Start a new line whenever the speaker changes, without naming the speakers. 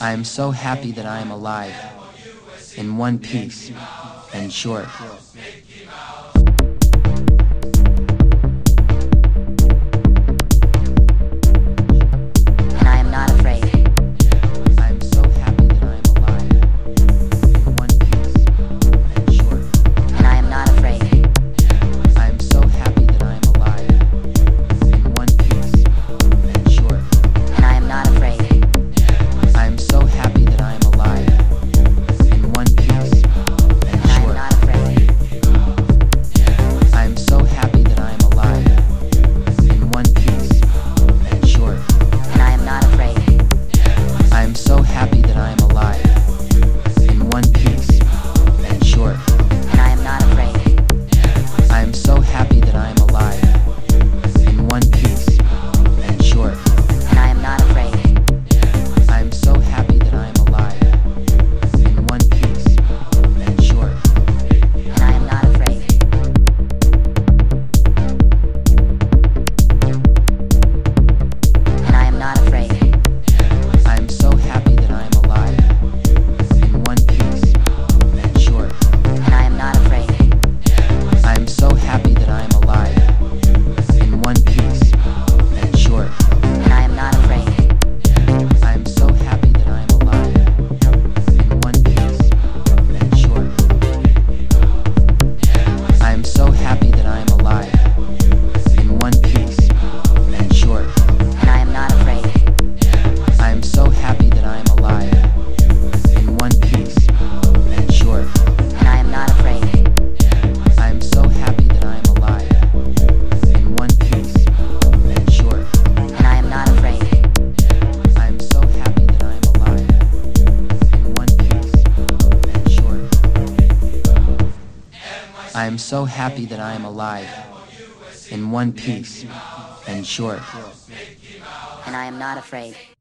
I am so happy that I am alive in one piece and short.
and I am not afraid.
I am so happy that I am alive in one piece and short.
And I am not afraid.
I am so happy that I am alive in one piece and short.
And I am not afraid.
I am so happy that I am alive in one piece and
And I am
short.
not afraid.
I am so happy that I am alive in one piece and short.
And I am not afraid.
I am so happy that I am alive in one piece and short.
And I am not afraid.
I am so happy that I am alive in one piece and short.
And I am not afraid.
I am so happy that I am alive in one piece and short.
And I am not afraid. And I am not afraid.
I am so happy that I am alive in one piece and short.
And I am not afraid.
I am so happy that I am alive in one piece and short.
And I am not afraid.
I am so happy that I am alive in one piece and short. I am so happy that I am alive in one piece and short.
And I am not afraid.
I am so happy that I am alive in one piece and short. I am so happy that I am alive in one piece and short. I am so happy that I
And I am not afraid. And I am not afraid.
am alive in one piece and short. I am so happy that I am alive in one piece and short.
And I am not afraid.